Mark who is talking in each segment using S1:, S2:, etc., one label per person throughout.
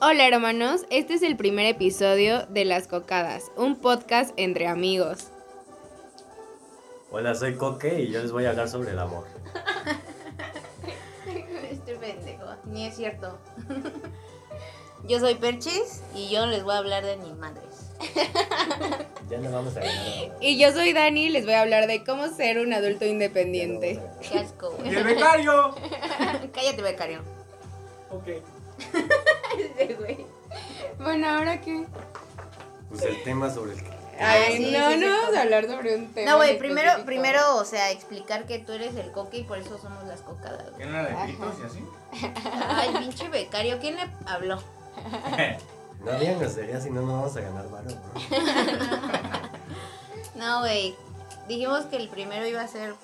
S1: Hola hermanos, este es el primer episodio de Las Cocadas, un podcast entre amigos.
S2: Hola, soy Coque y yo les voy a hablar sobre el amor.
S3: Este pendejo, ni es cierto.
S4: Yo soy Perchis y yo les voy a hablar de mis madres.
S2: Ya no vamos a ganar.
S1: Y yo soy Dani y les voy a hablar de cómo ser un adulto independiente.
S4: Qué asco, güey.
S5: ¡Y el becario!
S4: Cállate, becario.
S5: Ok.
S3: Este güey.
S1: Bueno, ¿ahora qué?
S2: Pues el tema sobre el que.
S1: Ay,
S4: Ah, sí,
S1: no,
S4: sí, sí,
S1: no vamos
S4: sí.
S1: a hablar sobre un tema.
S4: No,
S1: en
S4: güey, primero,
S1: específico.
S4: primero, o sea, explicar que tú eres el coque y por eso somos las cocadas,
S5: ¿Qué
S4: güey.
S5: no era de gritos y así?
S4: Ay, pinche becario, ¿quién le habló?
S2: No digan grosería, si no, no vamos a ganar varo, bro.
S4: No, güey. Dijimos que el primero iba a ser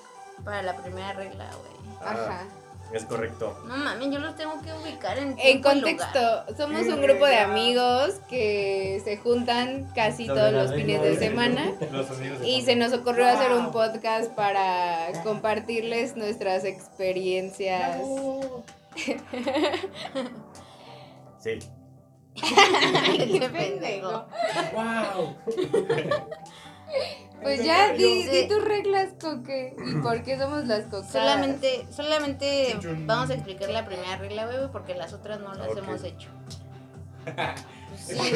S4: para la primera regla, güey.
S1: Ajá.
S2: Ah, Es correcto.
S4: No mames, yo los tengo que ubicar en
S1: En
S4: tiempo y lugar.
S1: contexto, somos
S5: Sí,
S1: un grupo de
S5: ya.
S1: amigos que se juntan casi
S2: Sobre
S1: todos
S2: la
S1: los
S2: regla
S1: fines de
S2: del-
S1: semana.
S5: Los amigos de
S1: Y
S5: Juan.
S1: se nos ocurrió hacer un
S5: Wow.
S1: podcast para compartirles nuestras experiencias.
S2: Sí.
S4: Ay, qué pendejo.
S5: ¡Wow!
S1: Pues ya, di,
S4: Sí.
S1: di tus reglas, Coque. ¿Y por qué somos las cocadas?
S4: Solamente, solamente
S5: Chichun.
S4: vamos a explicar la primera regla, güey, porque las otras no las
S2: Ok.
S4: hemos hecho.
S5: Sí, tuvimos.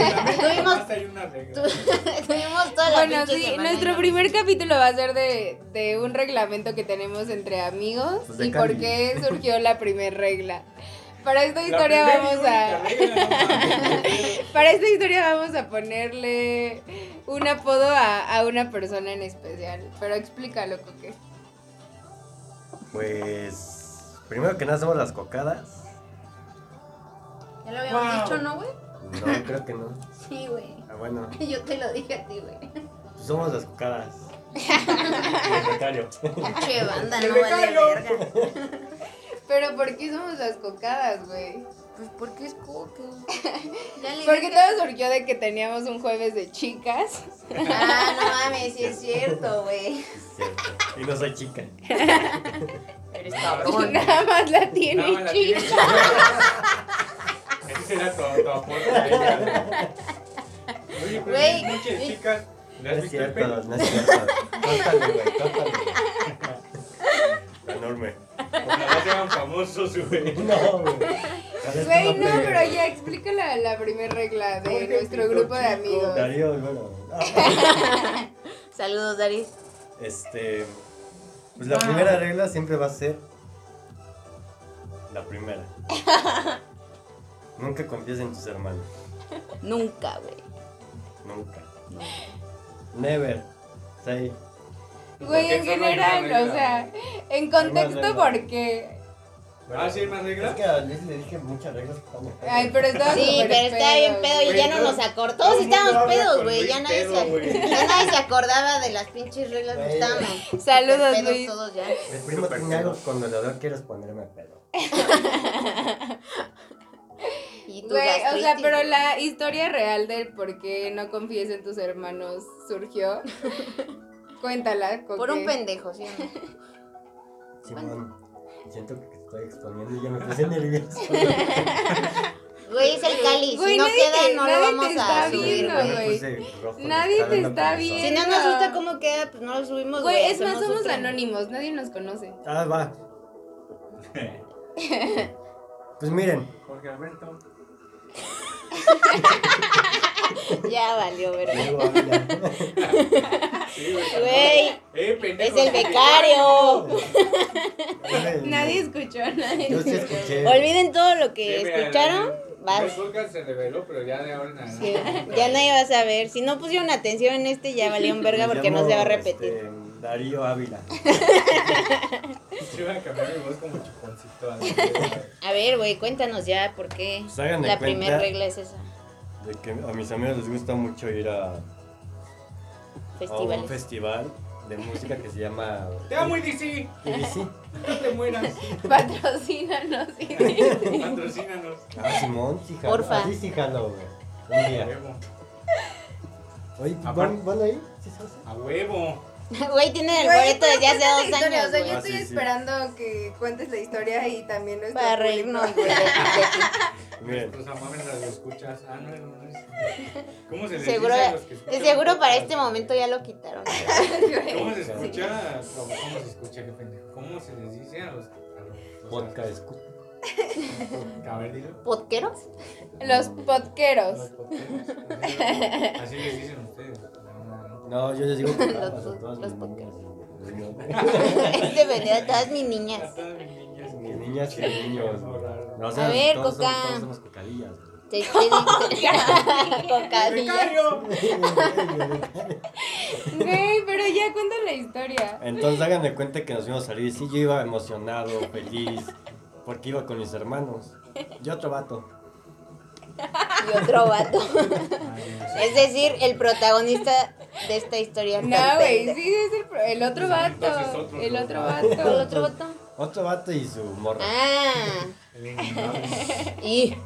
S4: Tuvimos-
S5: Hay una regla.
S4: Tuvimos toda la
S1: Bueno,
S4: pinche
S1: sí,
S4: semana y
S1: nuestro
S4: no-
S1: primer capítulo va a ser de, de un reglamento que tenemos entre amigos
S2: Pues de
S1: y por
S2: Cali.
S1: qué surgió la primera regla. Para esta
S5: La
S1: historia
S5: primera y
S1: vamos
S5: única
S1: a.
S5: regla,
S1: Para esta historia vamos a ponerle un apodo a, a una persona en especial. Pero explícalo, Coque.
S2: Pues. Primero que nada, somos las cocadas.
S4: Ya lo habíamos
S5: Wow.
S4: dicho, ¿no, güey?
S2: No, creo que no.
S4: Sí, güey.
S2: Ah, bueno,
S4: Yo te lo dije a ti, güey.
S2: pues somos las cocadas. El becario.
S4: Che, banda,
S5: ¡El
S4: no vale
S5: becario!
S4: verga.
S1: Pero ¿por qué somos las cocadas, güey?
S4: Pues porque es coque. Ya le
S1: Porque
S4: dije-
S1: todo surgió de que teníamos un jueves de chicas.
S4: Ah, no mames, sí es cierto, güey.
S2: Es cierto. Y no soy chica.
S4: Eres
S1: Y
S4: cabrón.
S1: nada más la
S5: no,
S1: tiene
S5: la
S1: chica.
S5: tienes. Ese era tu, tu aporte. Oye, pero
S4: Güey,
S5: es noche de
S4: sí.
S5: chicas.
S2: No
S5: ¿Le has
S2: es
S5: visto el
S2: cierto,
S5: pelo?
S2: no es cierto. Córtale, güey, córtale. Enorme.
S5: Porque no sean famosos, güey.
S2: No, güey.
S1: Güey, no, pero ya explica la, la primera regla de
S5: Oye,
S1: nuestro
S5: chico,
S1: grupo de
S5: chico.
S1: amigos.
S2: Darío, bueno.
S4: Saludos, Daris.
S2: Este. Pues
S1: Ah.
S2: la primera regla siempre va a ser. La primera. Nunca confíes en tus hermanos.
S4: Nunca, güey.
S2: Nunca. Never. Say.
S1: Güey, en
S5: Porque solo hay una
S1: general, o
S5: regla,
S1: sea,
S5: güey.
S1: en contexto
S2: regla.
S1: porque...
S5: Ah, sí, hay más reglas.
S2: Es que a Leslie le dije muchas reglas. que estamos-
S1: Ay, pero estaba
S4: Sí,
S1: súper
S4: pero estaba bien
S1: pedos,
S4: pedo y
S5: güey.
S4: ya no nos acordó.
S5: Todo
S4: Todos
S5: el mundo
S4: estábamos
S5: habla
S4: pedos,
S5: con
S4: güey. Ya,
S5: Luis
S4: nadie
S5: pedo,
S4: se-
S5: güey.
S4: ya nadie se acordaba de las pinches reglas que
S2: Güey.
S4: estábamos.
S1: Saludos,
S4: pedos
S1: Luis.
S4: todos ya.
S2: El primo
S5: Súper
S2: tiene algo
S5: pedo.
S2: cuando le doy quieres ponerme pedo.
S4: Y tú
S1: Güey, o sea, pero la historia real del por qué no confíes en tus hermanos surgió. Cuéntala, Coque.
S4: Por un pendejo, ¿sí? o no?
S2: Simón, siento que te estoy exponiendo y ya me puse nervioso.
S4: Güey, es el Cali.
S1: Güey,
S4: si no
S1: nadie
S4: queda,
S1: te-
S4: no
S1: nadie te
S4: lo vamos
S1: está
S4: a subir,
S1: viendo,
S4: güey.
S2: Ya me
S1: güey.
S2: puse rojo,
S1: Nadie
S2: me
S1: te está
S2: dando comezón.
S1: viendo.
S4: Si no nos gusta cómo queda, pues no lo subimos.
S1: Güey, es más,
S4: hacemos
S1: somos
S4: otro.
S1: anónimos, nadie nos conoce.
S2: Ah, va. Pues miren,
S5: Jorge Alberto.
S4: Ya valió, ¿verdad?
S2: Diego habla.
S5: Sí, güey.
S4: Güey,
S5: Eh, pendejo.
S4: es el becario.
S1: Nadie escuchó a nadie.
S2: Yo sí escuché.
S4: Olviden todo lo
S5: Sí,
S4: que
S5: mira,
S4: escucharon.
S5: el-
S4: Vas.
S5: El podcast se reveló, pero ya de ahora en adelante.
S4: Sí, ya nadie va a saber. Si no pusieron atención en este, ya valió un verga
S2: Me
S4: porque no
S2: llamo,
S4: se va a repetir.
S2: este, Darío Ávila.
S5: Yo iba a cambiar mi voz como chuponcito. así.
S4: A ver, güey, cuéntanos ya por qué
S2: Pues hagan de
S4: la
S2: cuenta
S4: primera regla es esa.
S2: de que a mis amigos les gusta mucho ir a, a un
S4: Festivales.
S2: festival de música que se llama
S5: Te amo, DC.
S2: EDC.
S5: No te mueras.
S1: Patrocínanos. sí.
S5: Patrocínanos.
S2: Ah, Simón, sí, jalo.
S4: Porfa.
S2: Así sí jalo, güey. Un
S5: A
S2: día.
S5: huevo.
S2: Oye,
S5: Aparte-
S2: ¿van, van ahí? ¿Sí se hace?
S5: A huevo.
S4: Güey, tiene el
S1: Güey,
S4: boleto
S1: pero
S4: desde hace
S1: cuenta la
S4: dos
S1: historia,
S4: años.
S1: O sea,
S4: güey,
S1: yo
S2: Ah,
S1: estoy
S2: sí, sí.
S1: esperando que cuentes la historia y también nuestro
S4: Para
S1: público.
S4: reírnos, güey. de- de ti.
S2: Miren.
S5: Nuestros amables radioescuchas. Ah, no, no, no. es- ¿Cómo se les
S4: Seguro,
S5: dice a los que escuchan?
S4: de seguro para este momento ya lo quitaron.
S5: ¿Cómo se escucha? ¿Cómo cómo se escucha? Qué pendejo. ¿Cómo se les dice a los a los- los-
S2: Podcast escucha.
S5: A ver, dilo.
S4: ¿Podqueros?
S1: Los
S5: Los
S1: podqueros.
S5: podcasts. Así- Así les dicen ustedes. No, no, no.
S2: No, yo les digo que
S4: Los-
S2: a todas
S4: los
S2: mis niñas.
S4: Este venía a todas mis
S5: A
S4: niñas.
S5: todas mis niñas.
S2: Mis niñas y mis niños. güey. No, o
S4: A ver,
S2: todos somos-
S4: Coca.
S2: todos somos cocadillas. güey.
S4: Te, te, te- cocadillas.
S5: ¡Becario!
S1: Güey, pero ya cuenta la historia.
S2: Entonces hagan de cuenta que nos vimos salir. Sí, yo iba emocionado, feliz, porque iba con mis hermanos. Yo otro vato.
S4: y otro vato.
S5: Ay, no sé.
S4: Es decir, el protagonista de esta historia.
S1: No, güey, sí, es el, pro- el otro
S5: Entonces,
S1: vato.
S5: otro
S1: El
S5: no.
S1: otro
S4: ¿El
S1: vato.
S4: otro vato?
S2: Otro vato y su morra.
S4: Ah,
S5: El inevitable.
S4: y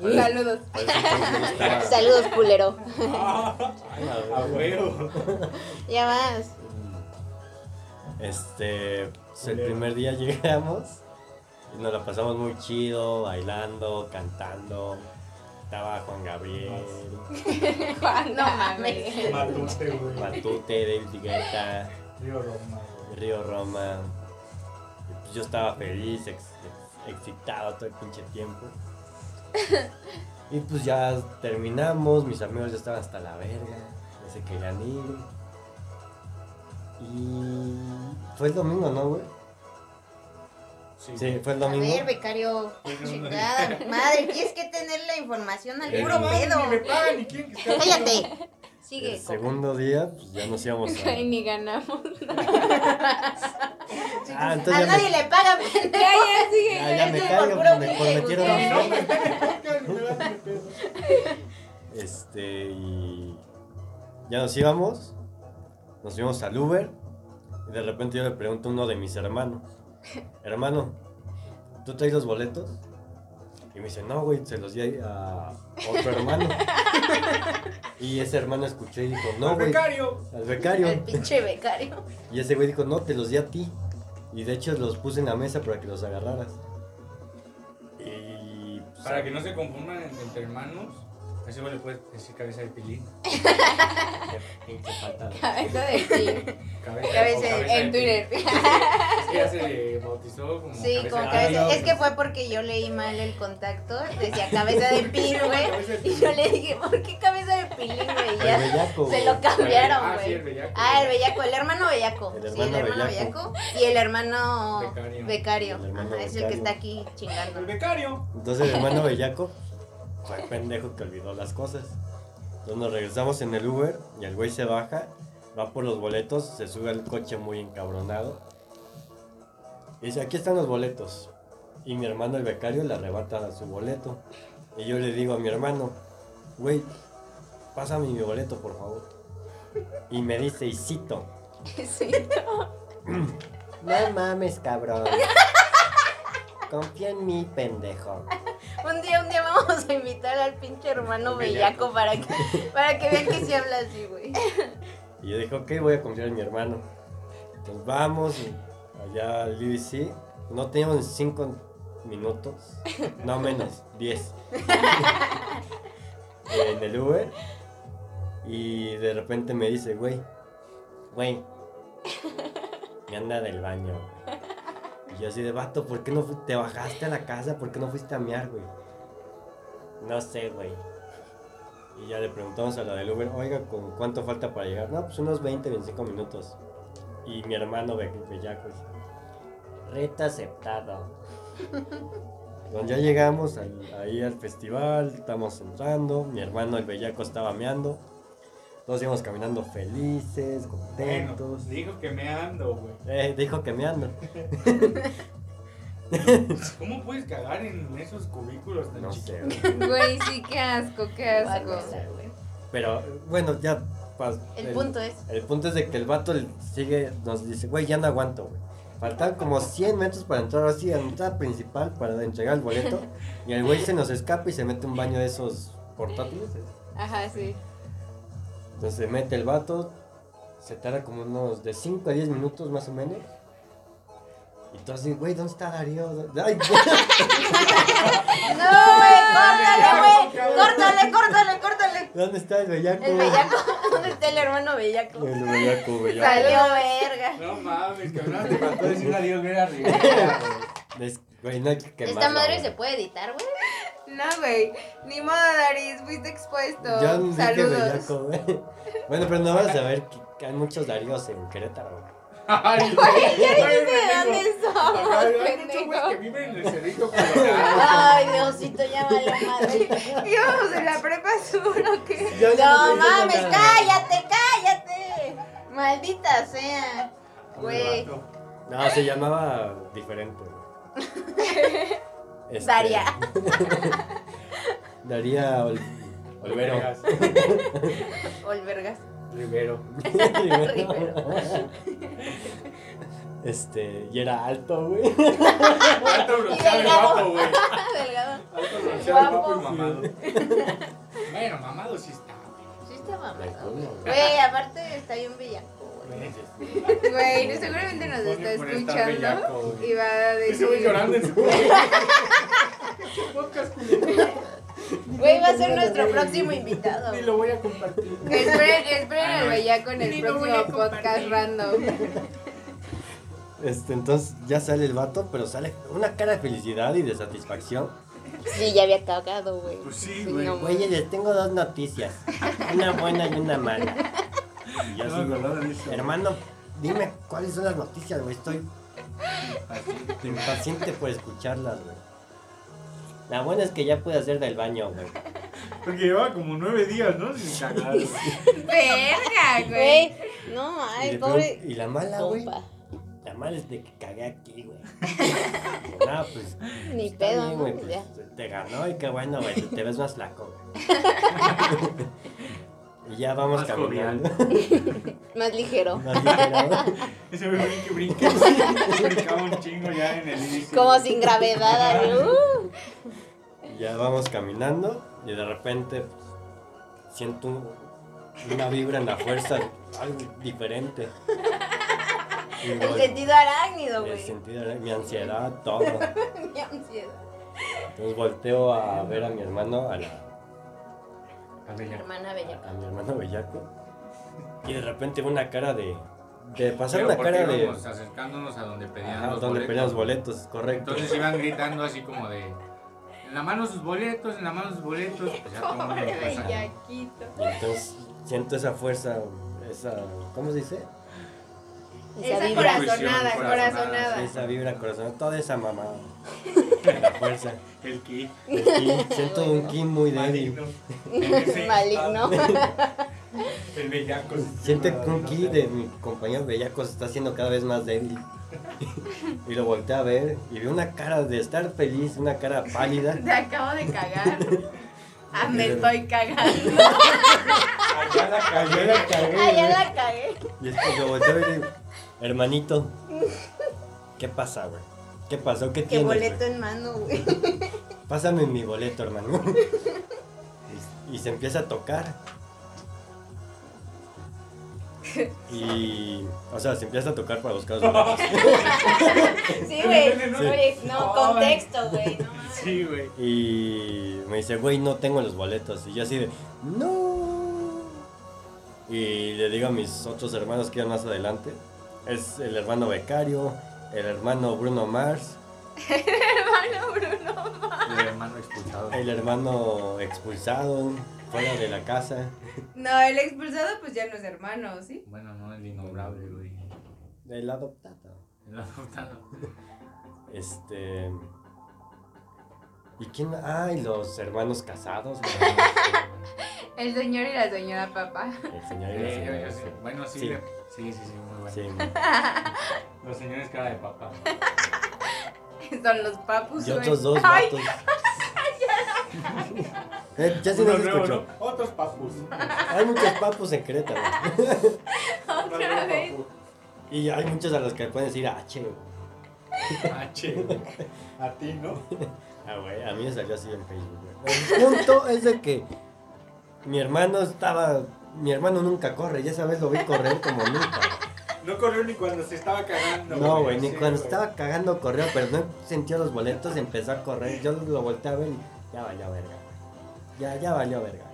S1: Saludos.
S2: Por eso entonces yo estaba-
S4: saludos, culero.
S5: Ah, A huevo.
S4: Ya vas.
S2: Este, pues, el primer día llegamos y nos la pasamos muy chido, bailando, cantando. Estaba Juan Gabriel,
S4: Ah,
S1: Juan,
S3: No mames.
S5: Matute, güey.
S2: Matute, David Guetta,
S5: Río Roma, güey.
S2: Río Roma. Y, pues, Yo estaba feliz, ex- ex- excitado todo el pinche tiempo. Y pues ya terminamos, mis amigos ya estaban hasta la verga, ya se querían ir. Y fue el domingo, ¿no, güey? Sí, fue el
S4: A
S2: domingo.
S4: ver, becario.
S2: Pues,
S4: Chingada madre, tienes que tener la información al
S2: Eh,
S4: puro
S2: no,
S4: pedo.
S5: Ni me pagan ni quieren que esté.
S4: Cállate. Sigue.
S2: El
S4: Coca.
S2: segundo día, pues ya nos íbamos a.
S1: Ay, ni ganamos.
S2: Ah,
S4: A
S2: entonces ya
S4: nadie
S2: me,
S4: le pagan.
S1: Ya, ya, sigue.
S2: ya, ya me
S4: Por
S2: callo,
S4: puro
S2: me
S4: pinche
S2: prometieron
S4: gusto.
S5: No,
S2: a
S5: me están en el podcast y me dan mi pedo.
S2: mí. Este, y. Ya nos íbamos, nos íbamos al Uber, y de repente yo le pregunto a uno de mis hermanos: Hermano, ¿tú traes los boletos? Y me dice: No, güey, se los di a otro hermano. Y ese hermano escuchó y dijo: No,
S5: Al
S2: güey,
S5: becario.
S2: al becario.
S4: El pinche becario.
S2: Y ese güey dijo, no, te los di a ti. Y de hecho los puse en la mesa para que los agarraras. Y... pues,
S5: Para que no se confundan en- entre hermanos, a ese güey le puedes decir cabeza de pilín.
S2: qué pinche falta de-
S1: Cabeza Ah, de ti.
S5: Cabeza,
S4: Cabeza
S5: o
S4: de-
S1: En Twitter.
S5: Es que ya se bautizó como
S4: Sí,
S5: cabeza
S4: como
S5: de
S2: cabeza-
S4: cabeza.
S2: no.
S4: Es que fue porque yo leí mal el contacto. Decía cabeza de pin,
S5: Cabeza de
S4: güey.
S5: pin.
S4: Y yo le dije, ¿por qué cabeza de pilín, güey?
S2: El
S4: Ya
S2: bellaco,
S4: se
S2: güey.
S4: lo cambiaron,
S5: Ah, sí, el
S4: güey.
S5: bellaco.
S4: Ah, el bellaco, el hermano bellaco.
S2: El
S4: sí, el
S2: hermano
S4: hermano bellaco.
S2: bellaco.
S4: Y el hermano
S5: Becario.
S4: becario.
S2: El hermano
S4: Ajá, es el
S2: becario.
S4: que está aquí
S5: El
S4: chingando.
S5: becario.
S2: Entonces el hermano bellaco fue el pendejo que olvidó las cosas. Entonces nos regresamos en el Uber y el güey se baja, va por los boletos, se sube al coche muy encabronado. Y dice, aquí están los boletos. Y mi hermano el becario le arrebata su boleto. Y yo le digo a mi hermano, güey, pásame mi boleto por favor. Y me dice, y cito,
S1: Sí.
S2: no mames cabrón. Confía en mí, pendejo.
S4: Un día, un día vamos a invitar al pinche hermano bellaco para que, para que vean que sí habla así, güey.
S2: Y yo dije, ok, voy a confiar en mi hermano. Entonces vamos y allá al UBC. No teníamos ni cinco minutos, no menos, 10. en el Uber. Y de repente me dice, güey, güey, me anda del baño. güey". Y yo así de vato, ¿por qué no fu- te bajaste a la casa? ¿Por qué no fuiste a mear, güey? No sé, güey. Y ya le preguntamos a la del Uber, oiga, ¿con cuánto falta para llegar? No, pues unos 20, 25 minutos. Y mi hermano be- bellaco dice, reta aceptado. Cuando ya llegamos al- ahí al festival, estamos entrando, mi hermano el bellaco estaba meando. Todos íbamos caminando felices,
S5: Bueno,
S2: contentos.
S5: dijo que me ando, güey.
S2: Eh, dijo que meando.
S5: ¿Cómo puedes cagar en esos cubículos tan
S2: No
S5: chiquitos?
S2: sé, güey.
S1: Güey, sí, qué asco, qué asco.
S4: Guácala, güey.
S2: Pero bueno, ya. pas-
S4: El punto es.
S2: El punto es de que el vato el- sigue, nos dice, güey, ya no aguanto, güey. Faltan como 100 metros para entrar así a la entrada principal para entregar el boleto. Y el güey se nos escapa y se mete un baño de esos portátiles.
S1: Ajá, sí.
S2: Entonces se mete el vato, se tarda como unos de 5 a 10 minutos más o menos. Y tú así, güey, ¿dónde está Darío? ¿Dó- Ay, güey.
S4: No
S2: ¿Dónde está el bellaco?
S4: El bellaco. ¿Dónde está el hermano bellaco?
S2: El bellaco, bellaco.
S4: Salió verga.
S5: No mames, cabrón, te faltó decir a Dios Vera Rivera, güey.
S2: Es- Güey, no hay que quemarlo,
S4: Esta madre
S2: güey.
S4: se puede editar, güey.
S1: No, güey. Ni modo, Daris, fuiste expuesto.
S2: Yo no dije
S1: Saludos.
S2: bellaco, güey. Bueno, pero no vas a ver que- que hay muchos Daríos en Querétaro, güey.
S5: Ay,
S1: ¿De
S5: güey,
S1: dónde
S5: pendejo. Ay,
S1: somos,
S5: Hay muchos güeyes que
S1: pendejo?
S5: viven en el cerrito colorado.
S4: Ay, Diosito, ya valió madre.
S1: Íbamos en la prepa sur, ¿o qué?
S2: Yo
S4: No mames,
S2: dije nada.
S4: cállate, cállate. Maldita sea. Güey.
S5: Vato.
S2: No, se llamaba diferente. güey. Este,
S4: Daria.
S2: Daría Ol- Olvero.
S5: Vegas.
S4: Olvergas.
S5: Rivero.
S4: Ah,
S2: Olvero. este, y era alto, güey.
S5: Alto bronceado y
S4: delgado.
S5: guapo, güey.
S4: Delgado.
S5: Alto bronceado y
S4: Guapo.
S5: guapo y mamado. Bueno, mamado sí está.
S4: Sí está
S2: Me
S4: mamado.
S2: acuerdo, güey.
S4: Güey, aparte está bien bellaco, güey.
S5: Pues
S1: Güey, seguramente nos está
S5: Pone por estar
S1: escuchando.
S5: bellaco, güey.
S1: Y va a
S5: Ese güey llorando
S1: decir.
S5: en su Qué podcast, culero.
S4: Güey, va a ser nuestro próximo invitado.
S5: Ni lo voy a compartir.
S1: Esperen, esperen
S5: Ah,
S1: al
S5: no.
S1: bellaco en el
S5: Ni lo voy a
S1: próximo podcast
S5: compartir.
S1: random.
S2: Este, entonces ya sale el vato, pero sale una cara de felicidad y de satisfacción.
S4: Sí, ya había cagado, güey.
S5: Pues sí,
S1: Sí,
S5: güey.
S1: no,
S2: Oye, les tengo dos noticias. Una buena y una mala. Y yo
S5: No,
S2: así,
S5: no, no, no,
S2: este
S5: no.
S2: hermano, dime cuáles son las noticias, güey. Estoy impaciente por escucharlas, güey. La buena es que ya pude hacer del baño, güey.
S5: Porque llevaba como nueve días, ¿no? Sin cagar. güey.
S1: Verga, güey.
S4: Güey,
S2: Y
S4: no mames,
S2: le
S4: pobre.
S2: pregunto, "¿Y la mala, güey?
S4: Compa.
S2: La mala es de que cagué aquí, güey. Nada, pues.
S4: Ni
S2: está
S4: pedo,
S2: bien,
S4: ¿no?
S2: güey,
S4: Pues
S2: pues,
S4: ya.
S2: Te ganó y qué bueno, güey. Te ves más flaco, güey. y ya vamos
S5: Más
S2: caminando.
S4: Más ligero.
S2: Más ligero.
S5: Ese güey brinque, brinque. sí. Brincaba un chingo ya en el inicio.
S4: Como sin gravedad, Ari. Uh.
S2: Ya vamos caminando y de repente pues, siento un- una vibra en la fuerza, algo diferente. Y
S4: El
S2: voy-
S4: sentido arácnido,
S2: el
S4: güey.
S2: sentido de mi ansiedad, todo.
S4: Mi ansiedad.
S2: Entonces volteo a ver a mi hermano, a, la-
S5: A ver, ya.
S4: Hermana
S2: a
S4: bellaco.
S2: mi hermano bellaco, y de repente veo una cara de. de pasar
S5: Pero
S2: una
S5: porque
S2: cara de.
S5: íbamos acercándonos a donde pedían
S2: Ajá,
S5: los
S2: donde
S5: boletos.
S2: pedían los boletos, correcto.
S5: Entonces iban gritando así como de en la mano sus boletos, en la mano sus boletos, pues ya todo el mundo
S1: Pobre
S5: empieza.
S1: bellaquito.
S2: Y entonces siento esa fuerza, esa. ¿Cómo se dice?
S4: Esa
S1: Esa
S4: vibra.
S1: corazonada,
S5: Intuición,
S1: corazonada.
S2: Esa vibra corazón, toda esa mamada. La fuerza.
S5: El ki
S2: El ki, siento un ki muy débil.
S5: maligno. Ese-
S4: Maligno.
S5: El bellaco.
S2: Siento que un ki de mi compañero bellaco se está haciendo cada vez más débil. Y lo volteé a ver y vi una cara de estar feliz, una cara pálida.
S1: Te acabo de cagar. Ah, me estoy cagando.
S5: Allá la
S2: Yo
S5: calle.
S2: la cagué,
S4: Ah, ya
S2: güey.
S4: la cagué.
S2: Y es que lo volteé a ver y digo, hermanito, ¿qué pasa, güey? ¿Qué pasó? ¿Qué
S4: Qué
S2: tienes? güey?
S4: boleto en mano, güey.
S2: Pásame mi boleto, hermano. Y, y se empieza a tocar. Y. O sea, se empieza a tocar para buscar los boletos.
S4: Sí, güey. Oye, no, contexto, güey. No mames.
S5: Sí, güey.
S2: Y me dice, güey, no tengo los boletos. Y yo así de, no. Y le digo a mis otros hermanos que iban más adelante. Es el hermano Becario, el hermano Bruno Mars,
S1: Hermano Bruno.
S5: El hermano expulsado.
S2: el hermano expulsado, fuera de la casa.
S1: No, el expulsado pues ya no es hermano, ¿sí?
S5: Bueno, no, el innombrable, güey.
S2: El adoptado.
S5: El adoptado.
S2: Este. ¿Y quién? Ay, los hermanos casados. güey.
S1: El señor y la señora papá.
S2: El señor y la
S5: Eh,
S2: señora,
S5: yo sí.
S2: sí.
S5: Bueno, sí.
S2: Sí.
S5: le- Sí, sí, sí, muy bueno.
S2: Sí,
S5: Los señores cara de papá.
S1: Son los papus.
S2: Y
S1: güey.
S2: otros dos
S1: Ay,
S2: vatos. Eh, ya se
S5: Uno
S2: nos
S5: nuevo,
S2: escuchó.
S5: ¿no? Otros papus.
S2: Hay muchos papos en Querétaro.
S1: otra vez.
S2: Y hay muchos a los que le pueden decir H. güey.
S5: H, güey. Ah, A ti, ¿no?
S2: Ah, güey, a mí me salió así en Facebook. güey. El punto es de que mi hermano estaba. Mi hermano nunca corre, ya sabes, lo vi correr como nunca.
S5: No corrió ni cuando se estaba cagando.
S2: No, güey, ni
S5: Sí,
S2: cuando
S5: güey.
S2: estaba cagando corrió, pero no sentía los boletos y empezó a correr. Yo lo volteé a ver y ya valió verga. Ya, ya valió verga.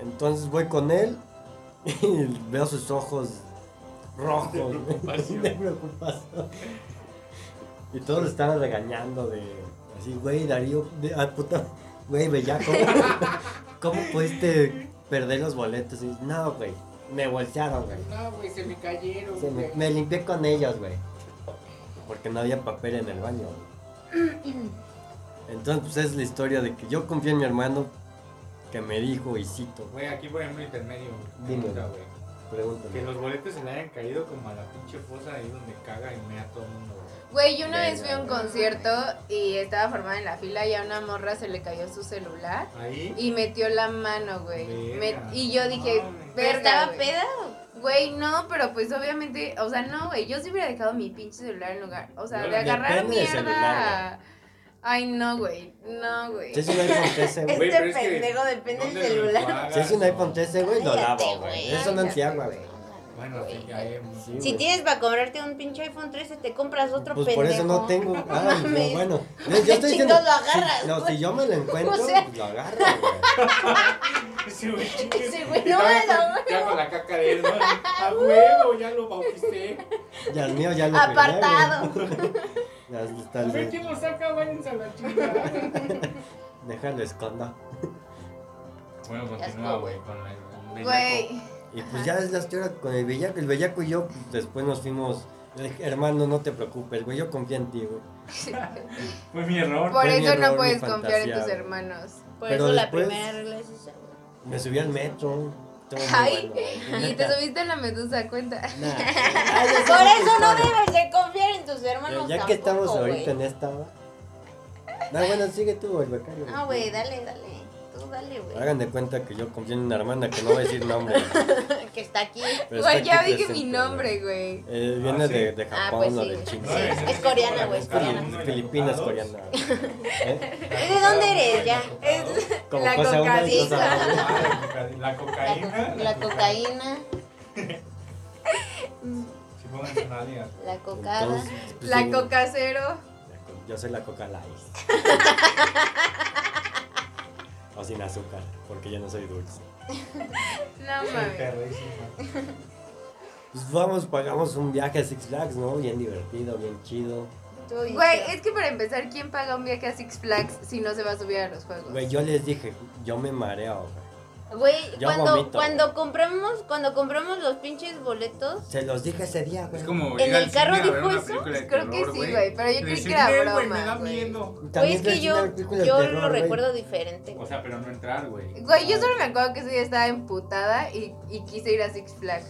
S2: Entonces voy con él y veo sus ojos rojos.
S5: De
S2: güey,
S5: preocupación.
S2: de preocupación. Y todos lo estaban regañando de así, güey, Darío, de, ah, puta, güey, bellaco. ¿Cómo pudiste perder los boletos? Y, no, güey, me bolsearon, güey.
S5: No, güey, se me cayeron.
S2: Se me,
S5: güey.
S2: me limpié con ellos, güey. Porque no había papel en el baño. Entonces, pues es la historia de que yo confié en mi hermano que me dijo, y cito,
S5: Güey, aquí por ejemplo intermedio, güey.
S2: Dime.
S5: Pregunta, güey.
S2: pregúntame.
S5: Que los boletos se le hayan caído como a la pinche fosa ahí donde caga y mea todo el mundo, güey.
S1: Güey, yo una vez fui
S2: Venga,
S1: a un
S2: güey.
S1: concierto y estaba formada en la fila y a una morra se le cayó su celular
S5: Ahí.
S1: y metió la mano, güey.
S5: Verga.
S1: Me- Y yo dije,
S5: Mames.
S4: ¿Pero
S1: verga,
S4: estaba
S1: güey.
S4: peda?
S1: Güey, no, pero pues obviamente, o sea, no, güey, yo sí hubiera dejado mi pinche celular en lugar, o sea,
S5: Bueno,
S1: de agarrar
S2: depende del
S1: mierda.
S2: celular,
S1: Ay, no, güey, no, güey.
S2: Si es un iPhone 13, güey.
S5: Güey,
S4: Este
S5: pero es que,
S4: pendejo depende del
S5: ¿dónde lo
S4: celular.
S5: enjuagas,
S2: Si es un
S5: no?
S2: iPhone 13, güey, lo
S4: Cállate,
S2: lavo, güey.
S4: güey.
S2: Eso no
S1: Cállate,
S2: enciagua, güey.
S5: Bueno, te caemos.
S2: Sí,
S4: Si
S2: güey.
S4: tienes para comprarte un pinche iPhone 13, te compras otro
S2: Pues
S4: pendejo.
S2: por eso no tengo. Ah,
S4: mames.
S2: pero bueno. Yo
S4: ¿Dónde
S2: estoy
S4: chingados
S2: diciendo.
S4: lo agarras,
S2: si- no,
S4: güey?
S2: si yo me lo encuentro,
S4: O sea-
S2: pues lo agarro, güey.
S5: Ese güey, chingue.
S4: Ese güey,
S5: Y
S4: no,
S5: todavía
S4: no,
S5: con- Ya con la caca de él, ¿no? A huevo, ya lo bauticé.
S2: Y al mío ya lo pegué, güey.
S4: Apartado.
S2: Ya está
S5: A
S2: el
S5: ver
S2: de-
S5: quién lo saca, váyanse a la chingada.
S2: Déjalo escondo.
S5: Bueno, continúa,
S4: estuvo,
S5: güey, con el con el
S1: Güey,
S2: Y pues ya es la historia con el bellaco. El bellaco y yo pues, después nos fuimos. Le dije, hermano, no te preocupes, güey. Yo confío en ti, güey.
S5: bellaco. Fue mi error.
S1: por
S2: fue mi
S1: eso
S2: error, mi
S1: no puedes confiar en tus
S2: fantasía.
S1: hermanos.
S4: Por
S2: Pero
S4: eso la
S2: después-
S4: primera regla es esa. güey.
S2: Me subí al metro. Todo muy
S1: Ay,
S2: bueno, güey.
S1: Y te subiste a la medusa, cuenta.
S2: Nah.
S4: Por eso no debes de confiar en tus hermanos.
S2: Ya que estamos
S4: tampoco,
S2: ahorita
S4: güey.
S2: en esta. No, bueno, sigue tú, el becario.
S4: Ah, güey, dale, dale. Tú dale, güey.
S2: Hagan de cuenta que yo confío en una hermana que no voy a decir nombre.
S4: Que está aquí.
S2: pero Pues está
S1: Güey,
S2: aquí
S1: ya dije
S2: presente,
S1: mi nombre, güey.
S2: Eh, viene
S5: Ah, sí.
S2: de, de
S4: Ah,
S2: Japón
S4: pues
S2: o
S4: sí,
S2: de
S4: güey.
S2: China.
S4: Sí, es- es coreana, güey, es coreana.
S2: Fili- Filipinas, coreana. ¿Eh?
S4: ¿De dónde eres? Ya.
S2: Como
S1: La
S2: cosa una y
S1: cocaína.
S2: cosa otra.
S5: La
S4: La,
S5: cocaína.
S4: co- la cocaína,
S5: Si pongan una liga.
S4: la cocada.
S2: Entonces, pues,
S1: La
S2: sí,
S1: coca cero.
S2: la co- Yo soy la coca light. o sin azúcar, porque yo no soy dulce.
S1: No
S5: Soy
S1: mames.
S5: perrísima.
S2: Pues vamos, pagamos un viaje a Six Flags, ¿no? Bien divertido, bien chido.
S4: Tú y
S1: Güey,
S4: yo.
S1: es que para empezar, ¿quién paga un viaje a Six Flags si no se va a subir a los
S4: Pues
S1: juegos?
S2: Güey, yo les dije, yo me mareo, güey.
S4: Güey,
S2: Yo
S4: cuando,
S2: vomito,
S4: cuando compramos, cuando compramos los pinches boletos,
S2: Se los dije ese día, güey.
S5: Es como
S4: ¿En
S5: ir al
S4: el carro
S5: cine a ver
S4: dijo
S5: una
S4: eso?
S5: película de
S1: Creo que
S5: terror,
S1: sí, güey, pero yo
S5: Y
S1: creí que
S5: decir,
S1: era
S5: "Ven, "Eh, güey, me
S1: broma,
S5: da
S1: güey".
S5: miedo.
S4: güey,
S2: También
S4: es que
S2: es
S4: yo,
S2: una película de
S4: yo lo
S2: terror, güey. Pues,
S4: recuerdo diferente.
S5: O sea, pero no entrar, güey.
S1: Güey, yo solo me acuerdo que ese día estaba emputada y, y quise ir a Six Flags.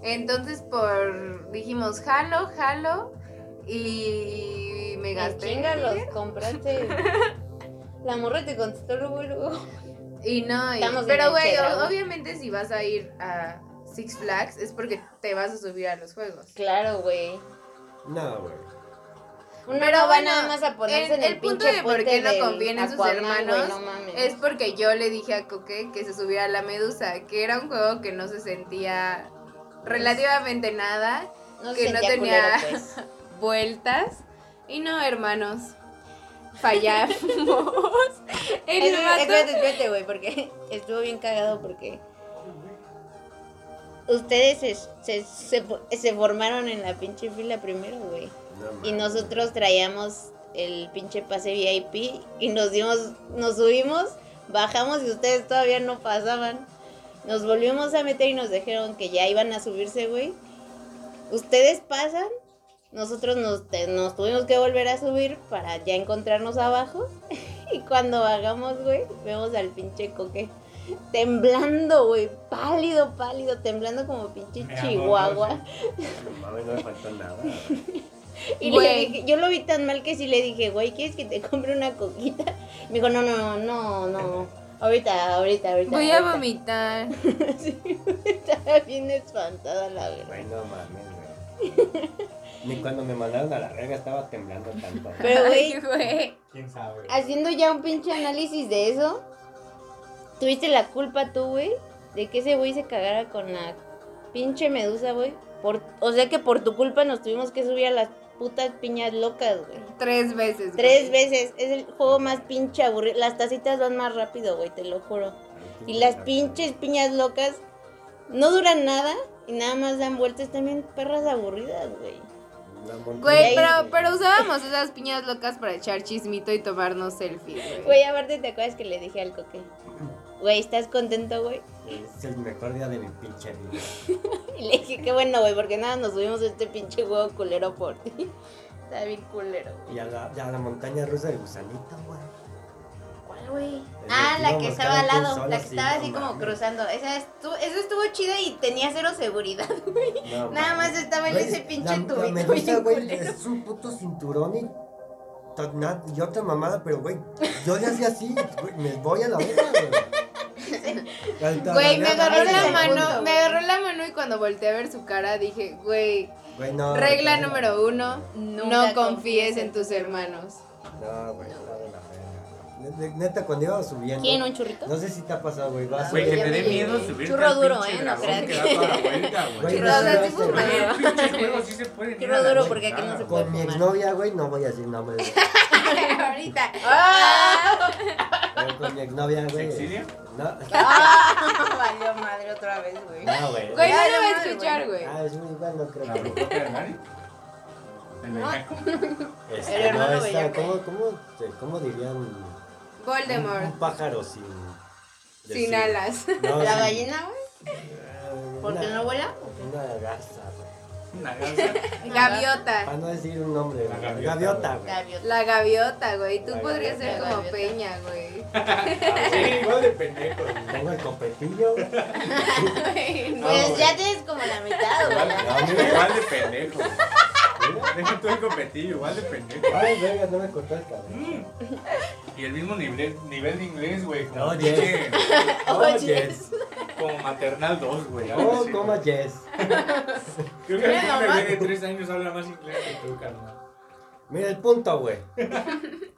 S1: Entonces por dijimos jalo, jalo y me
S4: Me
S1: gasté.
S4: chinga, los compraste. La morra te contestó luego, luego.
S1: Y no, y-
S4: Estamos bien
S1: pero güey,
S4: chedra,
S1: o-
S4: güey.
S1: obviamente si vas a ir a Six Flags es porque te vas a subir a los juegos.
S4: Claro, güey.
S2: No, güey.
S4: Uno
S1: Pero
S4: no va
S1: bueno,
S4: nada más a ponerse
S1: el-
S4: en,
S1: el
S4: el
S1: punto
S4: pinche
S1: de por
S4: puente
S1: qué no
S4: del
S1: confían en sus
S4: Aquaman, güey,
S1: hermanos
S4: no mames.
S1: Es porque yo le dije a Coque que se subiera a la medusa, que era un juego que no se sentía relativamente nada,
S4: No
S1: que no
S4: sentía
S1: tenía-
S4: culero, pues.
S1: vueltas. Y no, hermanos, fallamos. El
S4: Eso-
S1: vato-
S4: Espérate, espérate, güey, porque estuvo bien cagado porque ustedes se, se, se, se formaron en la pinche fila primero, güey. Y
S2: mames.
S4: nosotros traíamos el pinche pase VIP y nos dimos, nos subimos, bajamos y ustedes todavía no pasaban. Nos volvimos a meter y nos dijeron que ya iban a subirse, güey. Ustedes pasan, nosotros nos, te- nos tuvimos que volver a subir para ya encontrarnos abajo. Y cuando bajamos, güey, vemos al pinche coque temblando, güey, pálido, pálido, temblando como pinche
S5: Me amó,
S4: chihuahua.
S2: No mames, no me faltó nada.
S4: Y le
S1: Güey.
S4: dije, yo lo vi tan mal que sí le dije, güey, ¿quieres que te compre una coquita? Me dijo, no, no, no, no. Ahorita, ahorita, ahorita.
S1: Voy a
S4: ahorita".
S1: vomitar.
S4: Estaba bien espantada la verdad.
S2: Güey, no mames, güey. Ni cuando me mandaron a la verga estaba temblando tanto.
S4: Pero, güey,
S1: Ay, güey.
S5: ¿Quién sabe?
S4: haciendo ya un pinche análisis de eso, tuviste la culpa tú, güey, de que ese güey se cagara con la pinche medusa, güey. Por, o sea que por tu culpa nos tuvimos que subir a las putas piñas locas, güey.
S1: Tres veces. güey.
S4: Tres veces, es el juego más pinche aburrido. Las tacitas van más rápido, güey, te lo juro. Y las pinches piñas locas no duran nada y nada más dan vueltas también perras aburridas, güey.
S1: Güey,
S4: Güey.
S1: pero, pero usábamos esas piñas locas para echar chismito y tomarnos selfies, güey.
S4: Güey, aparte te acuerdas que le dije al coque. Güey, ¿estás contento, güey?
S2: Eh, Es el mejor día de mi pinche vida.
S4: Y le dije, qué bueno, güey, porque nada, nos subimos a este pinche huevo culero por ti. Está bien culero, güey.
S2: Y a la, y a la montaña rusa del gusanito, güey.
S4: ¿Cuál, güey?
S3: Ah, la que
S2: Íbamos
S3: estaba
S2: cada
S3: al
S2: quien
S3: lado,
S2: solo,
S3: la que estaba
S2: no
S3: así como
S2: mames.
S3: cruzando. Esa estuvo, esa estuvo chida y tenía cero seguridad.
S2: No,
S3: Nada
S2: mames.
S3: más estaba en
S2: Güey,
S3: ese pinche
S2: la-
S3: tubito
S2: La
S3: bien
S2: medusa, güey,
S3: culero.
S2: es un puto cinturón y, tot- na- y otra mamada, pero güey, yo le hacía así, güey, me voy a la boca, güey. La-
S1: Güey, me
S2: la-
S1: agarró
S3: Ese es
S1: la
S3: el
S1: mano,
S3: punto,
S1: me
S3: güey.
S1: agarró la mano y cuando volteé a ver su cara dije, güey,
S2: Güey, no,
S1: regla
S2: está de la-
S1: número uno,
S3: Nunca
S1: no confíes en tus hermanos.
S2: No, güey, está de la verga. Ne- ne- Neta, cuando iba subiendo.
S4: ¿Quieren un churrito?
S2: No sé si te ha pasado, güey. Vas
S5: Güey,
S2: güey,
S5: que te dé
S3: llegué.
S5: miedo subirte
S4: Churro
S5: al
S4: duro,
S5: pinche
S4: ¿eh? No
S5: dragón
S4: creas
S5: que da toda la vuelta, güey.
S2: Güey,
S1: Churro
S2: no
S1: duro,
S2: sé,
S1: sí
S2: güey.
S1: fuma.
S5: Güey, el pinche juego sí se puede ir
S4: Churro
S5: a la
S4: duro, porque aquí no
S5: chingada,
S4: se
S5: güey.
S2: Con mi exnovia, güey, no voy a decir nombres. güey.
S3: Ahorita.
S4: Ah.
S2: Pero con mi exnovia, güey.
S5: ¿Sexilio?
S2: No,
S3: Valió madre otra vez, güey.
S2: no, güey.
S1: Güey, no
S3: Ya,
S1: lo
S3: ya
S1: va a
S3: madre,
S1: escuchar, güey.
S2: Ah, es muy bueno, creo
S5: ¿La
S2: que.
S5: bruja de Mari? ¿El
S4: Ah.
S5: de Jaco?
S2: Este,
S4: El
S2: no,
S4: hermano
S2: esa-
S4: bellaco.
S2: ¿cómo, cómo, te- cómo dirían? un-
S1: Voldemort,
S2: Un pájaro sin.
S1: sin
S2: decir?
S1: alas.
S2: No,
S4: ¿La
S2: sin-
S4: gallina, güey?
S2: eh,
S4: ¿Por qué
S2: una-
S4: no vuela?
S2: Una garza, güey.
S5: Una garza.
S1: Gaviota.
S2: Para no decir un nombre,
S5: La
S2: güey.
S5: gaviota,
S2: gaviota,
S5: güey.
S2: güey.
S4: Gaviota.
S1: La gaviota, güey. Tú
S2: La
S1: podrías
S2: gaviota.
S1: ser como
S4: Gaviota.
S1: Peña, güey.
S5: Sí, igual de pendejo. güey.
S2: Tengo el copetillo, güey.
S4: Pues ya tienes como la mitad, güey.
S5: Igual de pendejo. güey. Deja tú el copetillo, igual de pendejo.
S2: Ay, verga, no me cortó el cabello.
S5: Mm. Y el mismo nivel, nivel de inglés, güey. Como,
S2: No, yes.
S5: pinche-
S2: Oh, yes.
S5: como maternal 2, güey. algo
S2: Oh,
S5: así,
S2: coma
S5: güey.
S2: yes.
S5: Creo que el bebé de 3 años habla más inglés que tú, carnal.
S2: Mira el punto, güey.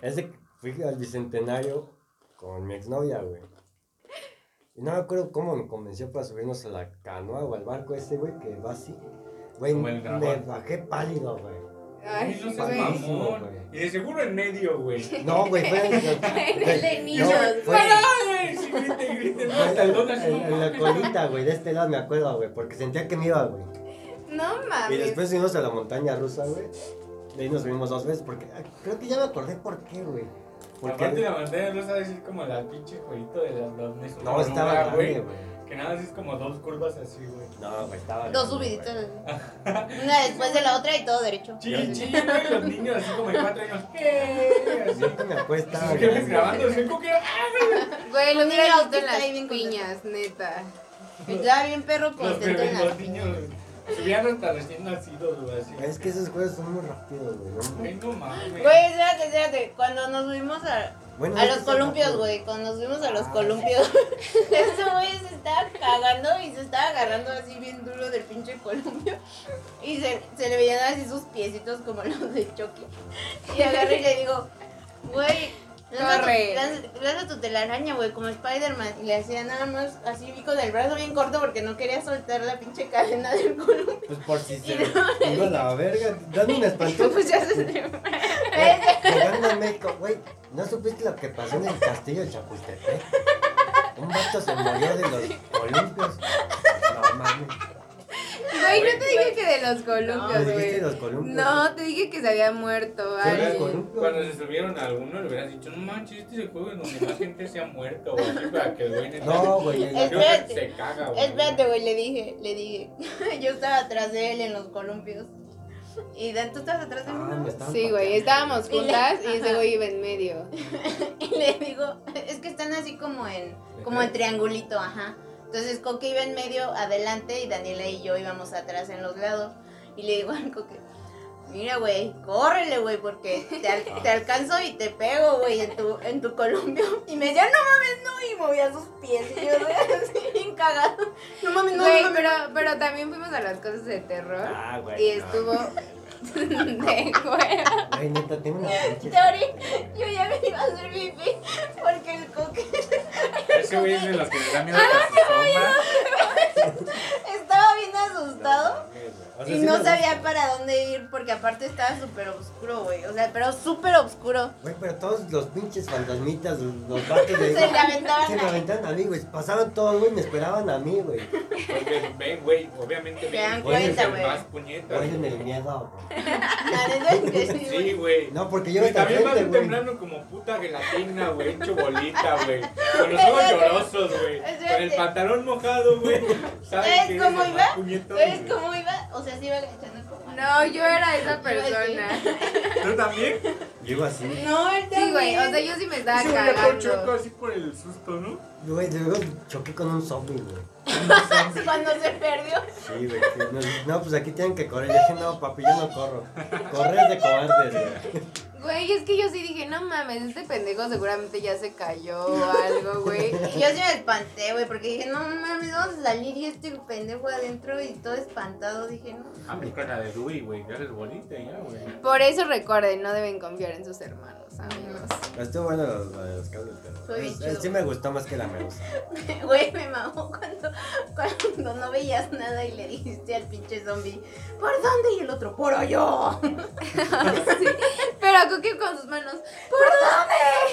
S2: Es de que fui al bicentenario con mi exnovia, güey. Y no me acuerdo cómo me convenció para subirnos a la canoa o al barco ese, güey, que va así. Güey,
S5: Como el
S2: me
S5: dragón.
S2: bajé pálido, güey.
S1: Ay,
S5: Eso es
S1: güey.
S2: famosísimo,
S5: mamón. Y de seguro en medio, güey.
S2: No, güey, fue en el-
S1: el de
S2: güey,
S1: niños,
S2: fue-
S5: Ay, sí, grite, grite,
S2: fue
S5: hasta el don así,
S2: en, en
S5: no
S2: la
S5: mames.
S2: colita, güey, de este lado me acuerdo, güey, porque sentía que me iba, güey.
S1: No
S2: Y
S1: mames.
S2: después subimos a la montaña rusa, güey. De ahí nos subimos dos veces, porque ah, creo que ya me acordé por qué, güey.
S5: Aparte
S2: Porque
S5: la pantalla no sabes es como la pinche jueguito de las dos meses.
S2: no estaba grande, güey.
S5: Que nada más es como dos curvas así, güey.
S2: No, güey, estaba
S4: Dos
S2: grande,
S4: subiditas. Una después de la otra y todo derecho.
S5: Chille, chille, güey, los niños así como de cuatro años. ¡Eh!
S2: güey.
S5: Así.
S2: Yo que me acuerdo estaba
S5: Sus
S2: grande,
S5: jefes grabando, así como que. ¡ah!
S1: Güey, lo
S4: Un
S1: hubiera visto
S4: niño
S1: en
S4: autista
S1: las
S4: ahí bien contento.
S1: piñas, neta.
S4: Estaba bien perro
S5: Los
S4: contento
S5: bebés,
S4: en
S5: los
S4: la
S5: niños. Subían hasta recién nacidos, güey, así.
S2: güey. Es que esos juegos son muy rápidos, güey. ¿no?
S5: Ay, no mames.
S4: Güey, espérate, espérate. Cuando nos subimos a,
S2: Bueno,
S4: a
S2: es
S4: los
S2: que son
S4: columpios,
S2: rápidos.
S4: güey. Cuando nos subimos a los
S2: Ah.
S4: columpios. Este güey se estaba cagando y se estaba agarrando así bien duro del pinche columpio. Y se, se le veían así sus piecitos como los de Chucky. Y agarré y le digo, güey. lanza tu-
S1: Corre.
S4: lanza- Lanza tu telaraña, güey, como Spider-Man. Y le hacía nada más así con el brazo bien corto porque no quería soltar la pinche cadena del columpio.
S2: Pues por si se iba a la verga, dame un espantoso.
S4: Pues ya se
S2: Güey, Llegando a México, güey, ¿no supiste lo que pasó en el castillo de Chapultepec? Un vato se murió de los columpios. No mames.
S1: Güey, no te dije que de los
S2: ¿Me
S1: columpios,
S2: dijiste
S1: güey.
S2: los columpios?
S1: No, te dije que se había muerto
S2: Sí, los
S1: alguien.
S2: columpios.
S5: Cuando se subieron a alguno le hubieran dicho, no manches, este es el juego en donde más gente se ha muerto, o así para que el güey neta-
S2: No, güey.
S5: Yo
S2: el-
S5: creo que se caga, güey.
S4: Espérate, güey, le dije, le dije. Yo estaba atrás de él en los columpios. Y Dan, tú estabas atrás de mí,
S2: Ah,
S4: no?
S2: me estaban
S1: Sí, güey,
S2: pateando.
S1: estábamos
S4: Y le-
S1: juntas y ese
S4: ajá.
S1: güey iba en medio.
S4: Y le digo, es que están así como en, como en triangulito, ajá. Entonces Coque iba en medio adelante y Daniela y yo íbamos atrás en los lados. Y le digo al Coque, mira, güey, córrele, güey, porque te, al- te alcanzo y te pego, güey, en tu, en tu columpio. Y me decía, no mames, no, y movía sus pies. Y yo, güey, así, bien cagado. No mames, no,
S1: Güey,
S4: no mames.
S1: pero, pero también fuimos a las cosas de terror.
S2: Ah, güey.
S1: Y
S2: no.
S1: estuvo de huevo.
S2: Güey, neta, tengo una pinche.
S4: Sorry. Yo ya me iba a hacer pipí porque el coque
S5: Ese güey es de los que le da miedo a su sombra.
S4: estaba bien asustado.
S2: O sea,
S4: Y
S5: neta,
S4: Y
S5: sí
S4: no
S5: me
S4: sabía para dónde ir porque aparte estaba súper oscuro, güey. O sea, pero súper oscuro.
S2: Güey, pero todos los pinches fantasmitas, los, los vatos de...
S4: Se le aventaban
S2: se me
S4: a-
S2: aventaron a mí, güey. Pasaron todos, güey, me esperaban a mí, güey.
S5: Porque ven, güey, obviamente
S4: Te dan
S5: ven, güey, es
S2: cuenta,
S5: el
S4: güey.
S5: más puñetas.
S2: Güey, en el miedo, güey.
S4: La neta es que sí,
S5: Sí,
S4: güey.
S5: güey.
S2: No, porque yo
S5: Y
S2: hasta
S5: también vas
S2: frente, güey.
S5: temblando como puta gelatina, güey, hecho bolita, güey. Con los ojos llorosos, güey. Con el pantalón mojado, güey.
S4: ¿Sabes
S5: que eres
S4: cómo
S5: el
S4: iba?
S5: más puñetón,
S4: ¿Sabes
S5: güey.
S4: cómo iba? O sea, sí iba agachando como.
S1: No, yo era esa persona.
S5: ¿Tú también?
S2: Yo iba así.
S4: No, él
S1: Sí, güey, o sea,
S4: también.
S1: yo sí me estaba
S5: Ese güey acá choco
S1: cagando.
S5: así por el susto, ¿no?
S2: Güey, de luego choqué con un zombie, güey.
S4: Cuando se perdió.
S2: Sí, güey. que No, no, pues aquí tienen que correr. Yo dije, no, papi, yo no corro. Correr es de cobardes, güey.
S1: Güey, es que yo sí dije, no mames, este pendejo seguramente ya se cayó o algo, güey.
S4: Y yo sí me espanté, güey, porque dije, no mames, vamos a salir y este pendejo adentro y todo espantado. Dije, no.
S5: Ah, mi cara de Dewey, güey. Ya eres bolita, ya, güey.
S1: Por eso recuerden, no deben confiar en sus hermanos, amigos.
S2: Pero Estuvo bueno lo, lo de los cables, pero.
S4: Fue bien
S2: es-
S4: chido.
S2: sí me gustó más que la medusa.
S4: Güey, me mamó cuando, cuando no veías nada y le dijiste al pinche zombie, ¿por dónde? Y el otro, por yo. ¿Por
S1: Sí, Pero Cookie con sus manos.
S4: dónde?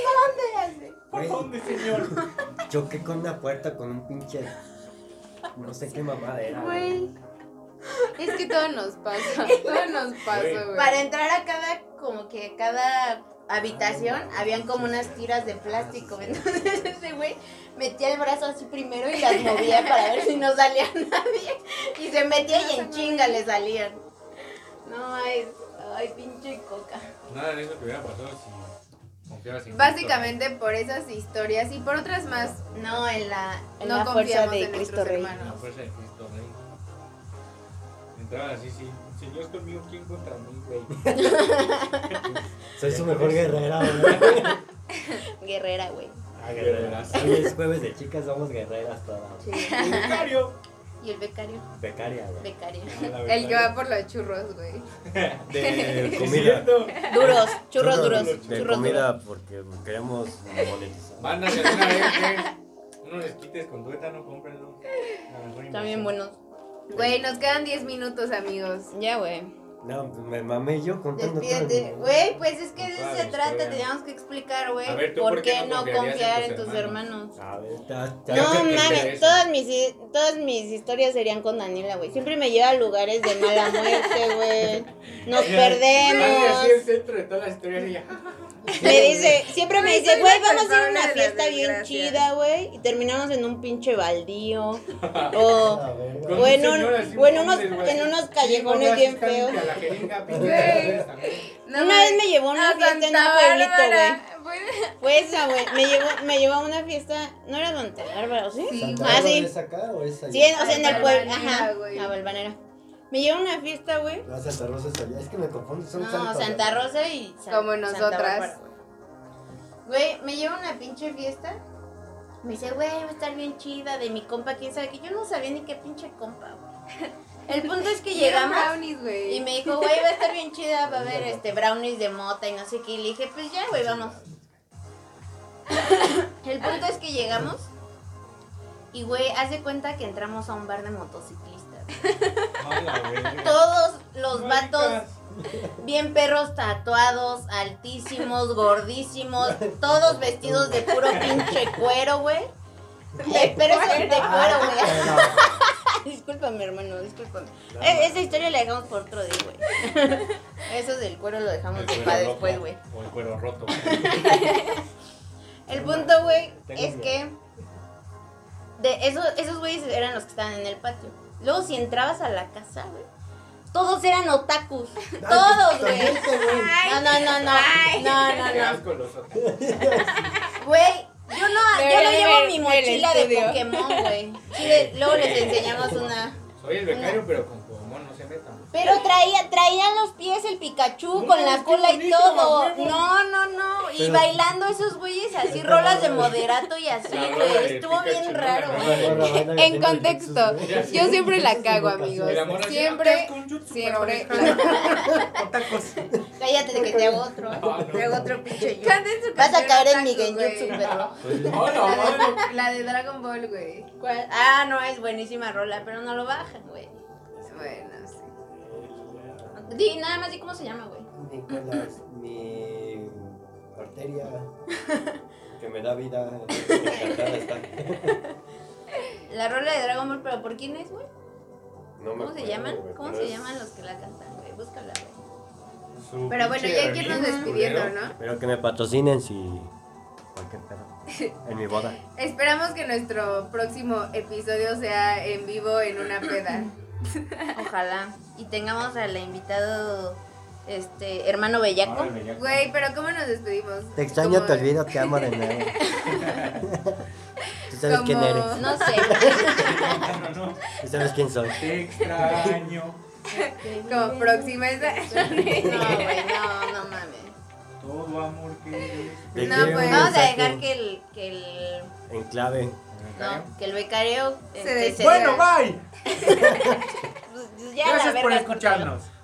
S4: ¿Por dónde?
S5: ¿Por
S2: Güey,
S5: dónde, señor?
S2: choqué con una puerta con un pinche. No sé qué mamada era.
S1: Güey. Es que todo nos pasa. Todo nos pasa, güey.
S4: Para entrar a cada, como que a cada habitación, habían como unas tiras de plástico. Entonces ese güey metía el brazo así primero y las movía para ver si no salía nadie. Y se metía y en chinga le salían. No, ay, ay, pinche coca.
S5: Nada de eso te hubiera pasado si confiaras en
S1: Básicamente por esas historias y por otras más,
S4: No, en la...
S6: En
S1: no
S6: la fuerza
S1: confiamos
S6: de
S1: en
S6: Cristo
S1: nuestros
S6: Rey.
S5: Cristo. La
S1: hermanos.
S5: fuerza de Cristo, güey. Entraban así, sí. Si Dios conmigo, ¿quién contra mí, güey?
S2: Soy su mejor guerrera, güey.
S6: Guerrera, güey.
S2: Ah, guerreras. Hoy es jueves de chicas, somos guerreras todas.
S5: Vicario.
S4: Y el becario,
S2: Becaria, güey.
S4: becario.
S1: El que va por los churros, güey.
S2: De
S5: Sí,
S2: comida.
S5: cierto.
S6: Duros, churros duros.
S2: De
S6: Churros duros.
S2: comida, porque queremos monetizar.
S5: Van a hacer una vez, güey. Unos esquites con tuétano, cómprenlo. La mejor inversión.
S6: También buenos.
S1: Güey, nos quedan 10 minutos, amigos.
S6: Ya, güey.
S2: No, me mamé yo contando
S4: Despídete.
S2: todo.
S4: Güey, pues es que de
S5: Compadre,
S4: eso se trata,
S5: espera.
S4: teníamos que explicar, güey.
S5: A ver, ¿tú
S6: ¿Por qué no
S5: confiarías
S6: confiar en tus hermanos?
S2: A ver, ta- ta-
S6: No
S5: te
S6: mames,
S5: interesa.
S6: todas mis, hi- todas mis historias serían con Daniela, güey. Siempre me lleva a lugares de mala muerte, güey. Nos
S5: Ya, Van a decir el
S6: perdemos.
S5: centro de todas las historias y ya.
S6: Me dice, siempre me
S1: Ay,
S6: dice,
S1: soy
S6: güey,
S1: la
S6: vamos a ir a
S1: culpable
S6: una
S1: de las
S6: fiesta bien
S1: desgracias".
S6: chida, güey. Y terminamos en un pinche baldío. O,
S2: A ver, güey.
S5: Con un
S6: Bueno,
S5: señor así,
S6: bueno, unos-
S5: güey,
S6: en
S5: así.
S6: unos callejones
S5: Sí,
S6: bien
S5: güey, así
S6: feos.
S5: está la jeringa, pinche,
S1: Güey.
S5: a la vez
S1: No,
S6: una vez me llevó a una
S1: a
S6: fiesta en un
S1: Santa
S6: pueblito, güey.
S1: Bárbara. Fue-
S6: Fue pues, esa, güey. Me llevó, me llevó a una fiesta. No era Santa Bárbara, ¿o sí?
S1: Sí,
S2: ¿Santa
S1: güey.
S6: Ah,
S2: Bárbara
S6: sí.
S2: es acá o es allá?
S6: Sí, en- o sea, en
S1: Ay,
S6: el pueblo.
S1: Balvanera,
S6: Ajá,
S1: güey.
S6: la balvanera. Me llevó a una fiesta, güey.
S2: La Santa Rosa es allá. Es que me confundo, son
S4: No,
S2: santos,
S4: Santa
S2: güey.
S4: Rosa y San-
S1: Como
S4: Santa
S1: nosotras.
S4: Bárbara, Güey, Güey, me lleva a una pinche fiesta. Me dice, güey, va a estar bien chida de mi compa, quién sabe que yo no sabía ni qué pinche compa, güey. El punto es que llegamos
S1: Eran brownies, güey.
S4: y me dijo, güey, va a estar bien chida, va a haber este brownies de mota y no sé qué. Y le dije, pues ya, güey, vamos. El punto es que llegamos y, güey, haz de cuenta que entramos a un bar de motociclistas. Todos los vatos Bien perros tatuados, altísimos, gordísimos, todos vestidos de puro pinche cuero, güey. Eh, pero eso es de cuero, güey.
S6: Discúlpame, hermano, discúlpame.
S2: No,
S4: E,
S6: Eh, esa historia la dejamos por otro día, güey.
S4: Eso del cuero lo dejamos
S5: El
S4: de
S5: cuero
S4: para
S5: roto,
S4: después, güey.
S5: O el cuero roto.
S4: El punto, güey,
S2: Tengo
S4: es
S2: miedo.
S4: que de esos, esos güeyes eran los que estaban en el patio. Luego, si entrabas a la casa, güey, todos eran otakus. Todos, güey. No, no, no, no. No, no,
S5: Qué
S4: no.
S5: asco los otros.
S4: Güey, yo no, yo
S6: Debería
S4: no
S6: de
S4: llevo
S6: ver
S4: mi
S6: el
S4: mochila de
S6: estudio.
S4: Pokémon, güey. Sí, le- luego les enseñamos una.
S5: Soy el becario, pero con Pokémon no se metan.
S6: Pero traía, traía en los pies el Pikachu
S5: No,
S6: con la
S5: qué
S6: cola y
S5: bonito,
S6: todo.
S5: a huevo.
S6: No, no, no.
S4: Y
S2: Pero-
S4: bailando esos güeyes así, rolas de moderato y así,
S5: La rola
S4: güey.
S5: de
S4: Estuvo
S5: Pikachu,
S4: bien
S5: ¿no?
S4: raro,
S5: La
S4: güey.
S5: rola de-
S1: En contexto, yo siempre la cago,
S2: Pues
S1: amigos.
S5: El amor así,
S1: Siempre,
S5: "Ah, con jutsu
S1: siempre
S5: para
S1: la-
S5: manejar". Otakus.
S4: Cállate de que te hago otro, ¿eh?
S5: No, no.
S4: Te hago otro pinche yo.
S1: Canten su
S6: Vas a
S1: canción
S6: caer en
S1: otaku,
S6: mi
S1: güey.
S6: genjutsu, perro.
S5: No, no, no.
S1: La de Dragon Ball, güey.
S4: ¿Cuál? Ah, no, es buenísima rola, pero no lo bajan, güey.
S1: Bueno, sí.
S7: Di, nada más di cómo se llama, güey.
S2: Nicolás, mi arteria que me da vida. encantada está.
S7: La rola de Dragon Ball, pero ¿por quién es, güey?
S2: No me
S7: ¿Cómo se
S2: acuerdo,
S7: llaman?
S2: güey,
S7: ¿Cómo
S2: pero
S7: se
S2: es-
S7: llaman los que la cantan, güey? Búscala, güey.
S5: Su
S1: Pero bueno,
S5: pinche
S1: ya hay que irnos
S5: remix,
S1: despidiendo,
S5: culero.
S1: ¿no?
S2: Pero que me patrocinen si. Cualquier pedo. En mi boda.
S1: Esperamos que nuestro próximo episodio sea en vivo en una peda.
S4: Ojalá. Y tengamos al invitado, este, hermano bellaco.
S5: Órale, ya.
S1: Güey, pero ¿cómo nos despedimos?
S2: Te extraño,
S1: Como-
S2: te olvido, te amo de nuevo. Tú sabes
S1: Como-
S2: quién eres,
S4: No sé.
S5: No, no, no.
S2: tú sabes quién soy.
S5: Te extraño.
S1: Como próxima es-
S4: No, güey, no, no mames.
S5: Todo amor que
S2: Te
S1: No,
S2: quiero,
S1: pues.
S4: Vamos a
S2: mensaje
S4: dejar que el, que el,
S2: En clave.
S4: no, que el becario este,
S1: despida.
S5: Bueno, bye.
S4: pues, ya la
S5: Gracias por
S4: Pues, verga, porque-
S5: escucharnos.